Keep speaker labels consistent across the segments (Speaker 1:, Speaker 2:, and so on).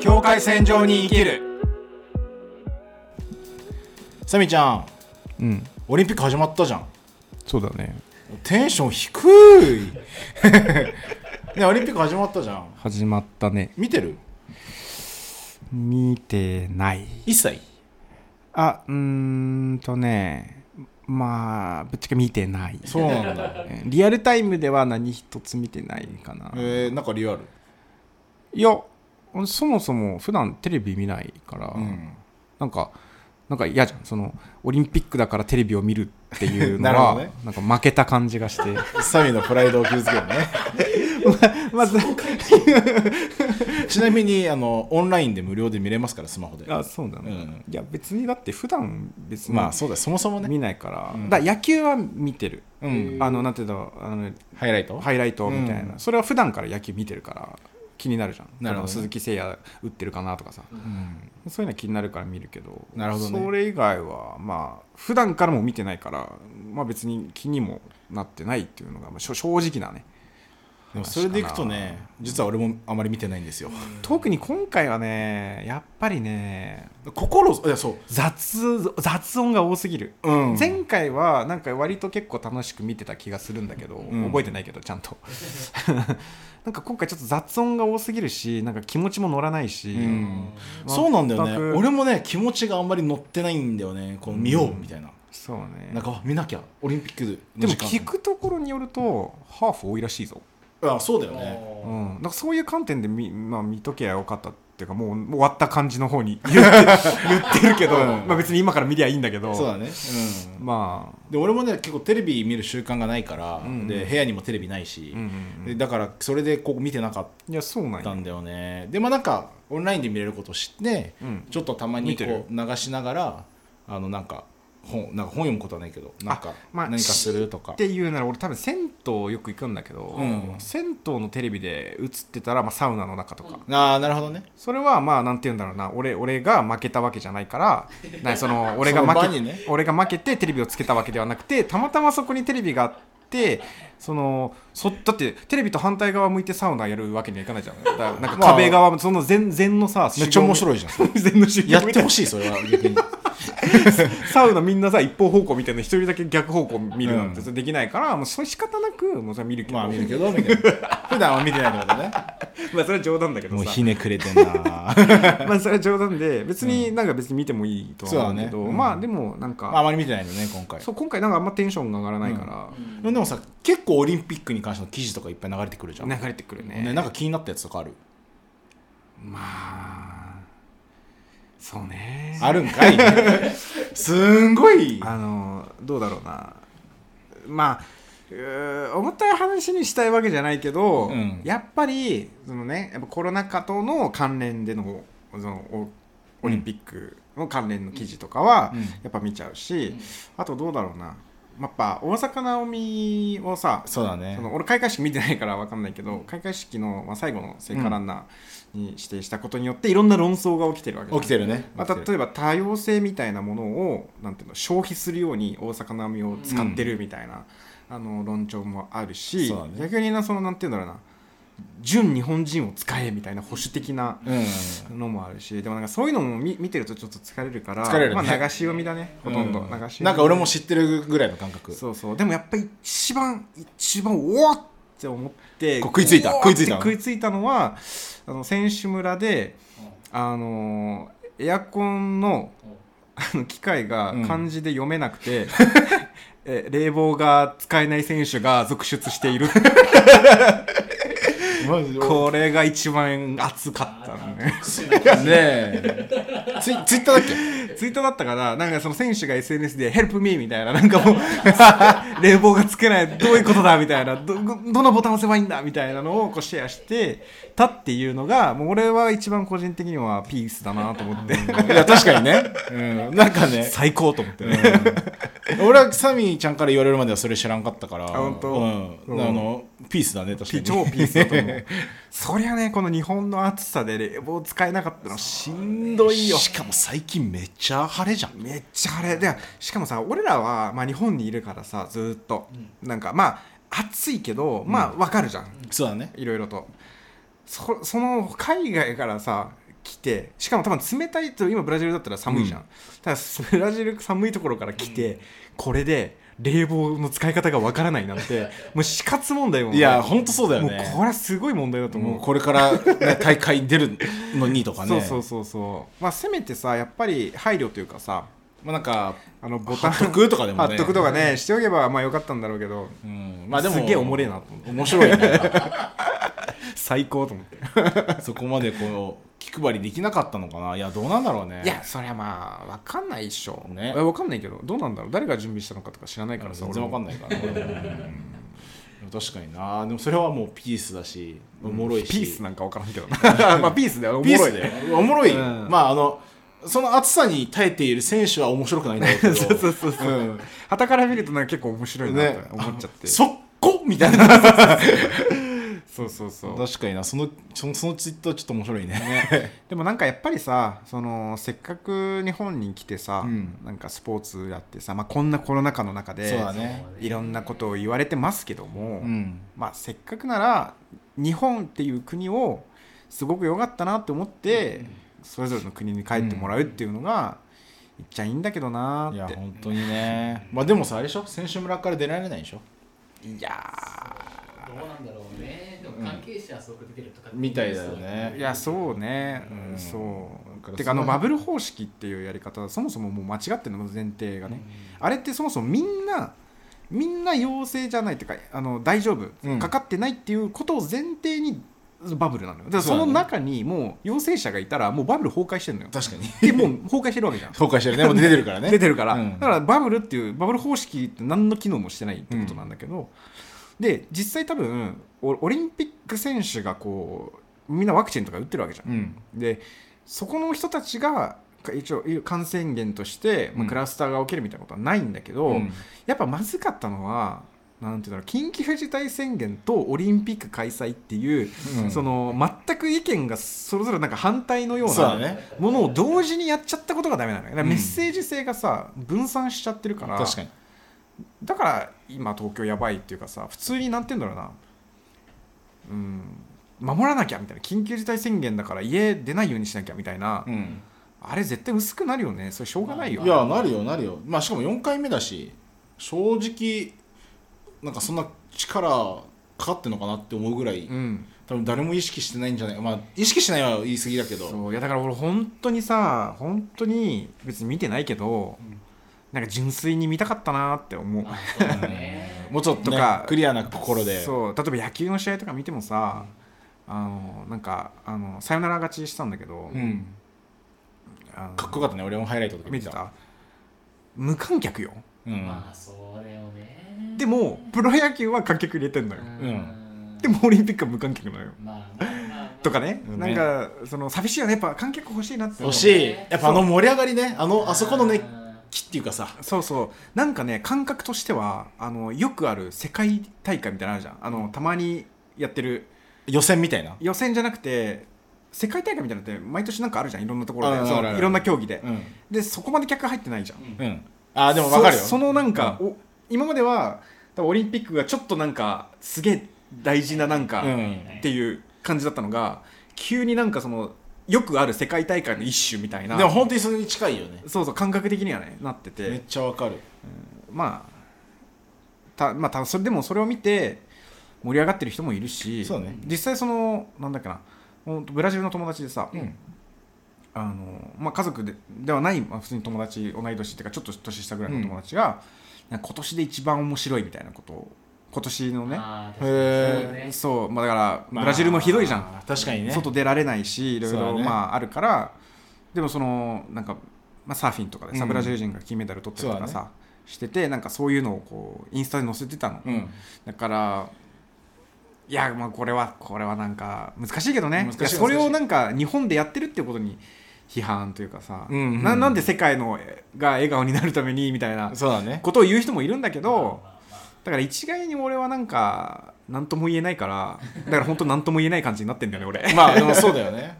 Speaker 1: 境界線上に生きるサミちゃん
Speaker 2: うん
Speaker 1: オリンピック始まったじゃん
Speaker 2: そうだね
Speaker 1: テンション低い ねオリンピック始まったじゃん
Speaker 2: 始まったね
Speaker 1: 見てる
Speaker 2: 見てない
Speaker 1: 一切
Speaker 2: あうーんとねまあぶっちゃけ見てない
Speaker 1: そうなんだ
Speaker 2: うんリアルタイムでは何一つ見てないかな、
Speaker 1: えー、なんかリアル
Speaker 2: いやそもそも普段テレビ見ないから、
Speaker 1: うん
Speaker 2: なんかなんか嫌じゃんそのオリンピックだからテレビを見るっていうの
Speaker 1: なるほ
Speaker 2: は
Speaker 1: どね
Speaker 2: なんか負けた感じ がして
Speaker 1: サミのプライドを傷つけるね
Speaker 2: まず
Speaker 1: ちなみにあのオンラインで無料で見れますからスマホで
Speaker 2: あそうだ
Speaker 1: う
Speaker 2: ね、
Speaker 1: ん
Speaker 2: いや別にだって普段別に
Speaker 1: まあそうだよそもそもね
Speaker 2: 見ないから,、
Speaker 1: うん
Speaker 2: だから野球は見てる、
Speaker 1: うん
Speaker 2: あのなんていうんだろうあの
Speaker 1: ハイライト
Speaker 2: ハイライトみたいな、
Speaker 1: うん
Speaker 2: それは普段から野球見てるから気になるじゃん
Speaker 1: なるほどね
Speaker 2: あの鈴木誠也打ってるかなとかさ、
Speaker 1: うん
Speaker 2: そういうのは気になるから見るけど
Speaker 1: なるほどね
Speaker 2: それ以外はまあ普段からも見てないから、まあ、別に気にもなってないっていうのが、まあ、しょ正直なね
Speaker 1: でもそれでいくとね実は俺もあまり見てないんですよ
Speaker 2: 特に今回はねやっぱりね
Speaker 1: 心をいやそ
Speaker 2: 雑雑音が多すぎる、
Speaker 1: う、うん、
Speaker 2: 前回はなんか割と結構楽しく見てた気がするんだけど、
Speaker 1: うん
Speaker 2: 覚えてないけどちゃんと なんか今回ちょっと雑音が多すぎるしなんか気持ちも乗らないし、
Speaker 1: うん
Speaker 2: 全く
Speaker 1: そうなんだよね俺もね気持ちがあんまり乗ってないんだよねこう見ようみたいな、
Speaker 2: そうね
Speaker 1: なんかあ見なきゃオリンピック
Speaker 2: で
Speaker 1: の
Speaker 2: も
Speaker 1: 時間
Speaker 2: 聞くところによるとハーフ多いらしいぞ、
Speaker 1: あそうだよね
Speaker 2: うん、なんかそういう観点で見,、まあ、見とけばよかったっていうかもうもう終わった感じの方に言って 言ってるけど、
Speaker 1: うん
Speaker 2: まあ、別に今から見りゃいいんだけど
Speaker 1: そうだね、うん
Speaker 2: まあ
Speaker 1: で俺もね結構テレビ見る習慣がないから、
Speaker 2: んうん
Speaker 1: で部屋にもテレビないし、
Speaker 2: うんうんう
Speaker 1: で
Speaker 2: ん
Speaker 1: だからそれでこう見てなかっ
Speaker 2: いやそうなん
Speaker 1: た
Speaker 2: や、
Speaker 1: んだよねでまあなんかオンラインで見れることを知って、
Speaker 2: うん
Speaker 1: ちょっとたまに
Speaker 2: 見てる
Speaker 1: こう流しながらあのなんか本なんか本読むことはないけどなんか
Speaker 2: あまあ
Speaker 1: 何かするとか、
Speaker 2: っていうなら俺多分銭湯よく行くんだけど、
Speaker 1: うん
Speaker 2: 銭湯のテレビで映ってたら、まあ、サウナの中とか、
Speaker 1: ああなるほどね
Speaker 2: それはまあなんて言うんだろうな俺俺が負けたわけじゃないからなその俺が
Speaker 1: その場
Speaker 2: 負け、
Speaker 1: にね
Speaker 2: 俺が負けてテレビをつけたわけではなくてたまたまそこにテレビがあってそのそだってテレビと反対側向いてサウナやるわけにはいかないじゃんだからなんか
Speaker 1: まあ
Speaker 2: 壁側もその全全のさ
Speaker 1: めっちゃ面白
Speaker 2: い
Speaker 1: いじゃん
Speaker 2: 全の修行
Speaker 1: やっ
Speaker 2: み
Speaker 1: て
Speaker 2: たい
Speaker 1: ほ
Speaker 2: な
Speaker 1: しいそれは逆に
Speaker 2: サウナみんなさ一方方向みたいな一人だけ逆方向見るなんて
Speaker 1: うん
Speaker 2: それできないから、もうそれ仕方なくもうそれ見るけど、
Speaker 1: まあ見る
Speaker 2: け
Speaker 1: けどみ たいな普段は見てないのだね
Speaker 2: ど まあそれは冗談だけどさ
Speaker 1: ねくれてんな
Speaker 2: まあそれは冗談で別になんか別に見てもいいとは思うけど、
Speaker 1: そうだねうん
Speaker 2: まあでもなんか、
Speaker 1: あまり見てないのね今回
Speaker 2: そう今回なんかあんまテンションが上がらないか
Speaker 1: でもさ結構オリンピックに関しての記事とかいっぱい流れてくるじゃん、
Speaker 2: ら流れてくるね
Speaker 1: ねなんか気になったやつとかある
Speaker 2: まあそうね
Speaker 1: あるんかいすんごい
Speaker 2: あのどうだろうなまあうー重たい話にしたいわけじゃないけど、
Speaker 1: うん
Speaker 2: やっぱりそのねやっぱコロナ禍との関連でのそのおオリンピックの関連の記事とかは、
Speaker 1: うん
Speaker 2: やっぱ見ちゃうし、あとどうだろうなやっぱ大坂なおみをさ
Speaker 1: そうだね
Speaker 2: その俺開会式見てないから分かんないけど開会式の、まあ、最後の聖火ランナーに指定したことによっていろんな論争が起きてるわけだ
Speaker 1: 起きてるね
Speaker 2: まあ、例えば多様性みたいなものをなんていうの消費するように大阪なおみを使ってるみたいな、あの論調もあるし、
Speaker 1: そうだね
Speaker 2: 逆になそのなんていうんだろうな純日本人を使えみたいな保守的な
Speaker 1: うん
Speaker 2: のもあるしでもなんかそういうのも見見てるとちょっと疲れるから
Speaker 1: 疲れるね
Speaker 2: まあ、流し読みだねほとんど、
Speaker 1: う
Speaker 2: 流し読み
Speaker 1: なんか俺も知ってるぐらいの感覚
Speaker 2: そうそうでもやっぱり一番一番おおって思って
Speaker 1: こう食いついた
Speaker 2: おお
Speaker 1: 食いついた
Speaker 2: って食いついたのはあの選手村であのーエアコンのあの機械が
Speaker 1: うん
Speaker 2: 漢字で読めなく て、え冷房が使えない選手が続出している
Speaker 1: マジで
Speaker 2: これが一番熱かったのね
Speaker 1: ねえツイツイッターだっけ
Speaker 2: ツイートだったからなんかその選手が SNS で「ヘルプミー」みたいななんかもう 冷房がつけないどういうことだみたいなどどのボタン押せばいいんだみたいなのをこうシェアしてたっていうのがもう俺は一番個人的にはピースだなと思って
Speaker 1: いや確かにね、うん、なんかね
Speaker 2: 最高と思ってね
Speaker 1: 俺はサミーちゃんから言われるまではそれ知らんかったからあ
Speaker 2: 本当
Speaker 1: うん、あのピースだね確かに
Speaker 2: 超ピースだと思うそりゃねこの日本の暑さで冷房使えなかったのしんどいよ
Speaker 1: しかも最近めっちゃ晴れじゃん
Speaker 2: めっちゃあれでしかもさ俺らは、まあ、日本にいるからさずーっと、なんかまあ暑いけどまあわかるじゃん、
Speaker 1: そうだね
Speaker 2: いろいろとそその海外からさ来てしかも多分冷たいと今ブラジルだったら寒いじゃん、ただブラジル寒いところから来て、これで冷房の使い方がわからないなんてもう死活問題も
Speaker 1: いや本当そうだよ
Speaker 2: もう
Speaker 1: ね
Speaker 2: これはすごい問題だと思う
Speaker 1: もうこれから、ね、大会に出るのにとかね
Speaker 2: そうそうそうそうまあせめてさやっぱり配慮というかさ
Speaker 1: まあなんか
Speaker 2: あのボ
Speaker 1: ボ
Speaker 2: タ
Speaker 1: タ
Speaker 2: ン
Speaker 1: ン得とかでも
Speaker 2: 貼
Speaker 1: ね
Speaker 2: っとくとかねしておけばまあよかったんだろうけど
Speaker 1: うんまあでも
Speaker 2: すげえおもれえなと思って
Speaker 1: 面白い ね
Speaker 2: 最高と思って
Speaker 1: そこまでこう気配りできなかったのかないやどうなんだろうね
Speaker 2: いやそりゃまあわかんないっしょ、
Speaker 1: ね
Speaker 2: えわかんないけどどうなんだろう誰が準備したのかとか知らないからさ
Speaker 1: 全然わかん
Speaker 2: い
Speaker 1: ないからねうん確かになでもそれはもうピースだしおもろいし
Speaker 2: ピースなんかわからんけど なまあピースだよおも
Speaker 1: ピー
Speaker 2: ろ
Speaker 1: ス
Speaker 2: いで
Speaker 1: だよおもろい、
Speaker 2: うん
Speaker 1: まああのその暑さに耐えている選手は面白くないんだろうけど
Speaker 2: そうそうそうそうはたから見るとなんか結構面白いな
Speaker 1: ね
Speaker 2: と思っちゃって、
Speaker 1: 速攻みたいな
Speaker 2: そうそうそう
Speaker 1: 確かになそのそのそのツイッターちょっと面白いね
Speaker 2: でもなんかやっぱりさそのせっかく日本に来てさ、
Speaker 1: うん
Speaker 2: なんかスポーツやってさ、まあ、こんなコロナ禍の 中
Speaker 1: そう
Speaker 2: で
Speaker 1: だね
Speaker 2: いろんなことを言われてますけども、
Speaker 1: うん
Speaker 2: まあ、せっかくなら日本っていう国をすごく良かったなって思って、それぞれの国に帰ってもらうっていうのが、いっちゃいいんだけどないー
Speaker 1: や
Speaker 2: って
Speaker 1: 本当にねまあでもさあれでしょ選手村から出られないでしょ
Speaker 2: いや
Speaker 3: どうなんだろうね。でも関係者はそう出てるとか、
Speaker 1: みたいだよね
Speaker 2: ーいやそうね、
Speaker 1: うん
Speaker 2: そう
Speaker 1: ら
Speaker 2: てか
Speaker 1: そ
Speaker 2: あの
Speaker 1: の
Speaker 2: バブル方式っていうやり方そもそももう間違ってるの前提がね、あれってそもそもみんなみんな陽性じゃないっていうかあの大丈夫、
Speaker 1: うん
Speaker 2: かかってないっていうことを前提にバブルなのよだから
Speaker 1: そう
Speaker 2: そ
Speaker 1: だね
Speaker 2: の中にもう陽性者がいたらもうバブル崩壊してるのよ
Speaker 1: 確かに
Speaker 2: でもう崩壊してるわけじゃん
Speaker 1: 崩壊してるねもう出てるからね
Speaker 2: 出てるから、
Speaker 1: うん
Speaker 2: だからバブルっていうバブル方式って何の機能もしてないってことなんだけど、で実際多分オオリンピック選手がこうみんなワクチンとか打ってるわけじゃん
Speaker 1: うん
Speaker 2: でそこの人たちがか一応感染源として、ま
Speaker 1: う
Speaker 2: あ、
Speaker 1: ん
Speaker 2: クラスターが起きるみたいなことはないんだけど、
Speaker 1: うん
Speaker 2: やっぱまずかったのはなんていうんだろう緊急事態宣言とオリンピック開催っていう、
Speaker 1: うん
Speaker 2: その全く意見がそれぞれなんか反対のよう
Speaker 1: そうだ
Speaker 2: な
Speaker 1: ね
Speaker 2: ものを同時にやっちゃったことがダメなのよだから
Speaker 1: うん
Speaker 2: メッセージ性がさ、分散しちゃってるから
Speaker 1: 確かに
Speaker 2: だから今東京やばいっていうかさ普通になんて言うんだろうなうん守らなきゃみたいな緊急事態宣言だから家出ないようにしなきゃみたいな、
Speaker 1: うん
Speaker 2: あれ絶対薄くなるよねそれしょうがないよ
Speaker 1: いやなるよなるよまあしかも4回目だし正直なんかそんな力かかってんのかなって思うぐらい、
Speaker 2: うん
Speaker 1: 多分誰も意識してないんじゃないまあ意識しないは言い過ぎだけど
Speaker 2: そういやだから俺本当にさ本当に別に見てないけど、なんか純粋に見たかったなって思う
Speaker 3: あそうだね。
Speaker 1: もうちょっと、
Speaker 2: と
Speaker 1: ね
Speaker 2: か、
Speaker 1: クリアな心で
Speaker 2: そう例えば野球の試合とか見てもさ、あのなんかあのサヨナラ勝ちしたんだけど、
Speaker 1: ん、
Speaker 2: あの
Speaker 1: かっこよかったね俺もハイライトとか
Speaker 2: 見てた無観客よ
Speaker 1: うん、
Speaker 3: まあそうだよね。
Speaker 2: でもプロ野球は観客入れてんのよ、
Speaker 3: ん
Speaker 2: で。もオリンピックは無観客なのよ
Speaker 3: まあまあまあまあ
Speaker 2: とかね
Speaker 1: うん
Speaker 2: なんかその寂しいよねやっぱ観客欲しいなって思う
Speaker 1: 欲しいやっぱあの盛り上がりねあのあそこの熱
Speaker 3: うん
Speaker 1: 気っていうかさ
Speaker 2: そうそうなんかね感覚としてはあのよくある世界大会みたいなのあるじゃんあのたまにやってる
Speaker 1: 予選みたいな、
Speaker 2: 予選じゃなくて世界大会みたいなのって毎年なんかあるじゃんいろんなところ
Speaker 1: あ
Speaker 2: で
Speaker 1: る
Speaker 2: そ
Speaker 1: あるあ
Speaker 2: の
Speaker 1: る
Speaker 2: いろんな競技で、
Speaker 1: うん
Speaker 2: でそこまで客入ってないじゃん
Speaker 1: うん、ああでも分かるよ
Speaker 2: そそのなんか、お今までは多分オリンピックがちょっとなんかすげえ大事ななんか、
Speaker 1: うん
Speaker 2: っていう感じだったのが急になんかそのよくある世界大会の一種みたいな
Speaker 1: でも本当にそれに近いよね
Speaker 2: そうそう感覚的にはねなって
Speaker 1: めってちゃ分かる
Speaker 2: まあたまあたそれでもそれを見て盛り上がってる人もいるし
Speaker 1: そうね
Speaker 2: 実際そのなんだっけなほんとブラジルの友達でさ、
Speaker 1: うん
Speaker 2: あのまあ、家族でではない、まあ、普通に友達同い年っていうかちょっと年下ぐらいの友達が、なんか今年で一番面白いみたいなことを今年のね
Speaker 3: あー
Speaker 1: へ
Speaker 3: そうね
Speaker 2: そう、まあ、だからブラジルもひどいじゃん、
Speaker 1: まあ確かにね
Speaker 2: 外出られないしいろい
Speaker 1: そうだ
Speaker 2: ろ、
Speaker 1: ね
Speaker 2: まあ、あるからでもそのなんか、まあ、サーフィンとかで
Speaker 1: う
Speaker 2: さ、
Speaker 1: ん
Speaker 2: ブラジル人が金メダル取ったりとか
Speaker 1: そ
Speaker 2: さ、
Speaker 1: うだ
Speaker 2: しててなんかそういうのをこうインスタで載せてたの、
Speaker 1: うん
Speaker 2: だからいやまあこれはこれはなんか難しいけどね
Speaker 1: 難しい
Speaker 2: いや
Speaker 1: 難しい
Speaker 2: それをなんか日本でやってるっていうことに批判というかさ、
Speaker 1: うんうんうん
Speaker 2: ななんで世界のえが笑顔になるためにみたいな
Speaker 1: そうだね
Speaker 2: ことを言う人もいるんだけど、
Speaker 3: まあまあ
Speaker 2: だから一概に俺はなんか何とも言えないからだから本当何とも言えない感じになってんだよね俺
Speaker 1: まあでも そうだよね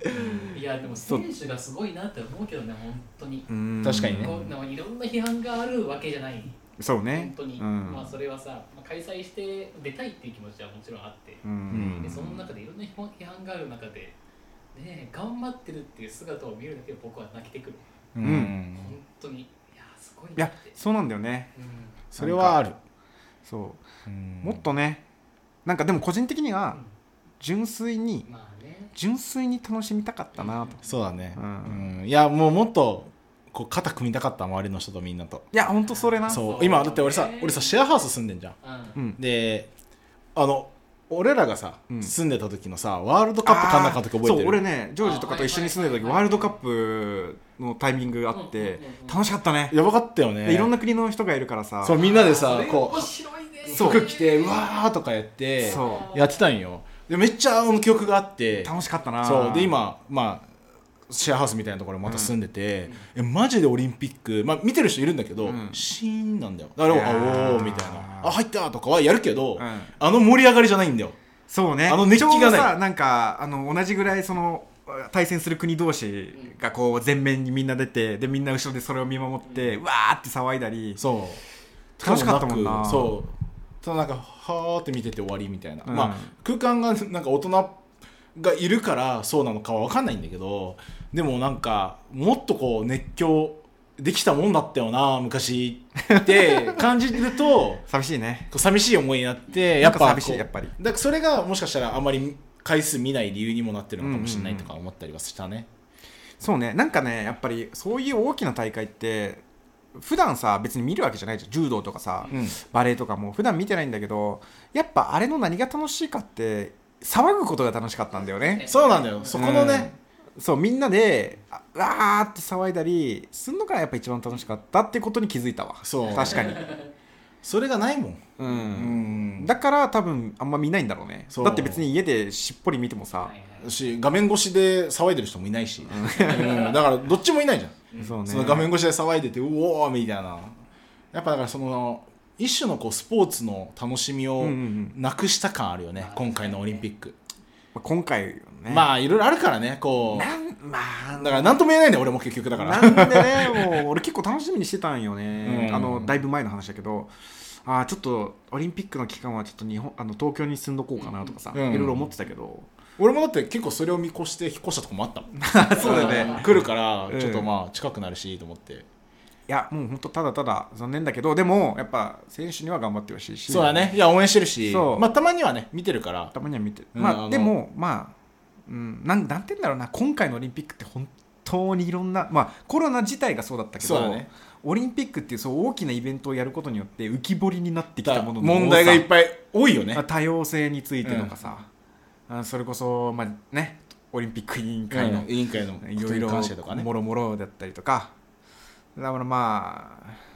Speaker 3: いやでも選手がすごいなって思うけどね本当に。
Speaker 2: うん
Speaker 1: 確かにね
Speaker 3: こうでもいろんな批判があるわけじゃない。
Speaker 2: そうね
Speaker 3: 本当に、
Speaker 2: うん
Speaker 3: まあそれはさ、まあ、開催して出たいっていう気持ちはもちろんあって、
Speaker 2: うん
Speaker 3: でその中でいろんな批判がある中でねえ頑張ってるっていう姿を見るだけで僕は泣けてくる
Speaker 1: う
Speaker 2: うん
Speaker 3: 本当にいやすごい
Speaker 2: い
Speaker 3: なっ
Speaker 2: や
Speaker 3: て
Speaker 2: そうなんだよね
Speaker 3: うん
Speaker 1: それはある、
Speaker 2: そ
Speaker 1: うん
Speaker 2: うもっとねなんかでも個人的には純粋に
Speaker 3: うんまあね
Speaker 2: 純粋に楽しみたかったなと
Speaker 1: そうだね、
Speaker 2: う
Speaker 1: うんんいやもうもっとこう肩組みたかった周りの人とみんなと
Speaker 2: いやほんとそれな
Speaker 1: そう
Speaker 3: そう
Speaker 1: 今だって俺さ
Speaker 3: ね
Speaker 1: 俺さシェアハウス住んでんじゃん
Speaker 3: う
Speaker 2: うんん
Speaker 1: であの俺らがさ、
Speaker 2: うん
Speaker 1: 住んでた時のさワールドカップかんなかった時覚えてる
Speaker 2: そう俺ねジョージとかと一緒に住んでた時
Speaker 3: あ
Speaker 2: ワ
Speaker 3: は
Speaker 2: ー
Speaker 3: い
Speaker 2: ル
Speaker 3: は
Speaker 2: ドカ
Speaker 3: いはい
Speaker 2: ップのタイミングあっ
Speaker 3: うんうんうん
Speaker 2: て
Speaker 3: うん
Speaker 2: 楽しかったね
Speaker 1: やばかったよね
Speaker 2: でいろんな国の人がいるからさ
Speaker 1: そうみんなでさ
Speaker 3: それ
Speaker 1: こ
Speaker 3: 面白いね
Speaker 1: う
Speaker 2: そう
Speaker 1: 服着てうわーとかやって
Speaker 2: そう
Speaker 1: やってたんよでめっちゃあの記憶があって
Speaker 2: 楽しかったな
Speaker 1: そうで今まあシェアハウスみたいなところにまた住んでて、えマジでオリンピック、まあ、見てる人いるんだけど、
Speaker 2: うん
Speaker 1: シーンなんだよだから
Speaker 2: いやー
Speaker 1: あおーみたいなあ入ったとかはやるけど、
Speaker 2: うん
Speaker 1: あの盛り上がりじゃないんだよ
Speaker 2: そうね
Speaker 1: あの熱気がない
Speaker 2: ちょうどさなんかあの同じぐらいその対戦する国同士がこう前面にみんな出てでみんな後ろでそれを見守ってうわーって騒いだり
Speaker 1: そう
Speaker 2: 楽しかったもんな
Speaker 1: くそうただなんかはーって見てて終わりみたいな、
Speaker 2: うん
Speaker 1: まあ空間がなんか大人がいるからそうなのかは分かんないんだけどでもなんかもっとこう熱狂できたもんだったよな昔って感じると
Speaker 2: 寂しいね
Speaker 1: こう寂しい思いになってやっぱ
Speaker 2: なんか寂しい
Speaker 1: こう
Speaker 2: やっぱり
Speaker 1: だからそれがもしかしたらあまり回数見ない理由にもなってるのかもしれないとか思ったりはしたね、
Speaker 2: そうねなんかねやっぱりそういう大きな大会って普段さ別に見るわけじゃないじゃん柔道とかさ、
Speaker 1: うん
Speaker 2: バレエとかも普段見てないんだけどやっぱあれの何が楽しいかって騒ぐことが楽しかったんだよね
Speaker 1: そうなんだよそこのね、
Speaker 2: そうみんなであうわーって騒いだりすんのがやっぱ一番楽しかったってことに気づいたわ
Speaker 1: そう
Speaker 2: 確かに
Speaker 1: それがないもん、
Speaker 2: う、
Speaker 1: うんん、
Speaker 2: だから多分あんま見ないんだろうね
Speaker 1: そう
Speaker 2: だって別に家でしっぽり見てもさ、
Speaker 3: はいはい
Speaker 1: し画面越しで騒いでる人もいないし、うんだからどっちもいないじゃん、
Speaker 2: そうね
Speaker 1: その画面越しで騒いでてうおーみたいなやっぱだからその一種のこうスポーツの楽しみ
Speaker 2: うん
Speaker 1: を
Speaker 2: うんうん
Speaker 1: なくした感あるよね、
Speaker 3: あー
Speaker 1: 今回のオリンピック、
Speaker 2: まあ今回ね
Speaker 1: まあいろいろあるからねこう
Speaker 2: なんまあ
Speaker 1: だから何とも言えないね俺も結局だから
Speaker 2: なんでねもう俺結構楽しみにしてたんよね、
Speaker 1: うん
Speaker 2: あのだいぶ前の話だけどあーちょっとオリンピックの期間はちょっと日本あの東京に住んどこうかなとかさ、
Speaker 1: うん
Speaker 2: いろいろ思ってたけど、
Speaker 1: 俺もだって結構それを見越して引っ越したとこもあったもん
Speaker 2: そうだよね
Speaker 1: 来るから
Speaker 2: うん
Speaker 1: ちょっとまあ近くなるしと思って、
Speaker 2: いやもう本当ただただ残念だけどでもやっぱ選手には頑張ってほしいし
Speaker 1: そうだねいや応援してるし
Speaker 2: そう
Speaker 1: まあたまにはね見てるから
Speaker 2: たまには見てる、
Speaker 1: うんあ
Speaker 2: まあ
Speaker 1: の
Speaker 2: でもまあ、うん、なんなんて言うんだろうな今回のオリンピックって本当にいろんな、まあ、コロナ自体がそうだったけ
Speaker 1: そ
Speaker 2: ど、
Speaker 1: うだね
Speaker 2: オリンピックっていうそう大きなイベントをやることによって浮き彫りになってきたものの多さ
Speaker 1: 問題がいっぱい多いよね
Speaker 2: まあ多様性についてとかさ、あそれこそ、まあね、オリンピック委員会
Speaker 1: う
Speaker 2: の
Speaker 1: ん委員会の
Speaker 2: いろいろ
Speaker 1: 感謝とかね
Speaker 2: もろもろだったりとかだからまあ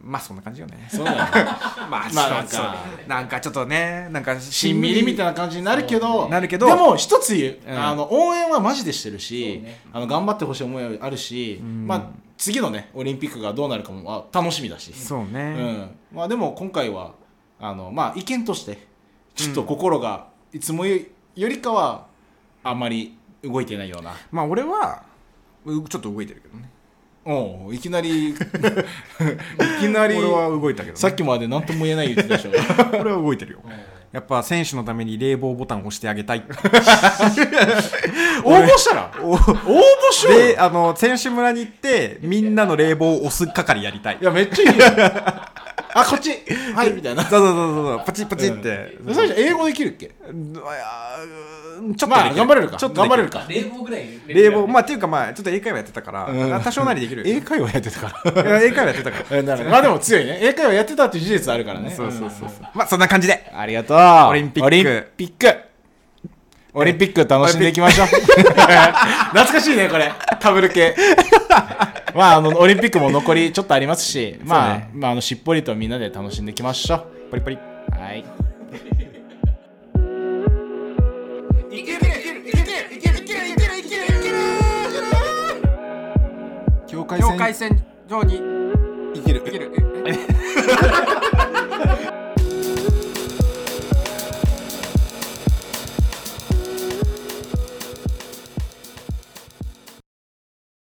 Speaker 2: まあそんな感じよね。
Speaker 1: そうだよね
Speaker 2: まあ、
Speaker 1: まあ
Speaker 2: そう
Speaker 1: なんか
Speaker 2: そうなんかちょっとねなんか
Speaker 1: しんみりみたいな感じになるけ
Speaker 3: そう
Speaker 1: ど
Speaker 2: ねなるけど
Speaker 1: でも一つ言う、
Speaker 2: うん
Speaker 1: あの応援はマジでしてるし、
Speaker 3: そうね
Speaker 1: あの頑張ってほしい思いはあるし、
Speaker 2: うん
Speaker 1: まあ、次のねオリンピックがどうなるかもあ楽しみだし、
Speaker 2: そう
Speaker 1: う
Speaker 2: ね、
Speaker 1: んまあ、でも今回はあの、まあ、意見としてちょっと心がいつもよりかはあまり動いてないような。
Speaker 2: まあ俺はうちょっと動いてるけどね
Speaker 1: おういきなりいきなり
Speaker 2: 俺は動いたけど、ね、
Speaker 1: さっきまで何とも言えない言ってた でしょ
Speaker 2: 俺は動いてるよ
Speaker 3: うん
Speaker 2: やっぱ選手のために冷房ボタンを押してあげたい
Speaker 1: 応募したら
Speaker 2: お
Speaker 1: 応募しようよ
Speaker 2: であの選手村に行ってみんなの冷房を押す係やりたい
Speaker 1: いや、めっちゃいいよ。あ、こっちはい、みたいな。
Speaker 2: そうそうそうそうパチッパチッって、
Speaker 1: それじゃ英語できるっけ
Speaker 2: うんうわいやうんちょっとでき
Speaker 1: まあ、頑張れるか。
Speaker 2: ちょっとで
Speaker 1: 頑
Speaker 2: き
Speaker 1: 張れるか。
Speaker 3: 冷房ぐらい入れる
Speaker 2: 冷房まあっていうかまあちょっと英会話やってたから、
Speaker 1: うん
Speaker 2: 多少なりできるよ
Speaker 1: 英会話やってたから。
Speaker 2: いや英会話やってたから
Speaker 1: えなるほどまあでも強いね。英会話やってたっていう事実あるからね。
Speaker 2: そうそうそうそうまあそんな感じで
Speaker 1: うんありがとう。
Speaker 2: オリンピック
Speaker 1: オリンピック。オリンピック楽しんでいきま しょう。懐かしいね、これ。かぶる系。まあ、あの、オリンピックも残りちょっとありますし、まあ、
Speaker 2: そうね
Speaker 1: まあ、あの、しっぽりとみんなで楽しんでいきましょう。
Speaker 2: パリパリ
Speaker 1: はい。
Speaker 4: いけるいけるいけるいけるいけるいけるいけるいけるいける
Speaker 1: 境界
Speaker 2: 境界線上に
Speaker 1: 生きる
Speaker 2: いける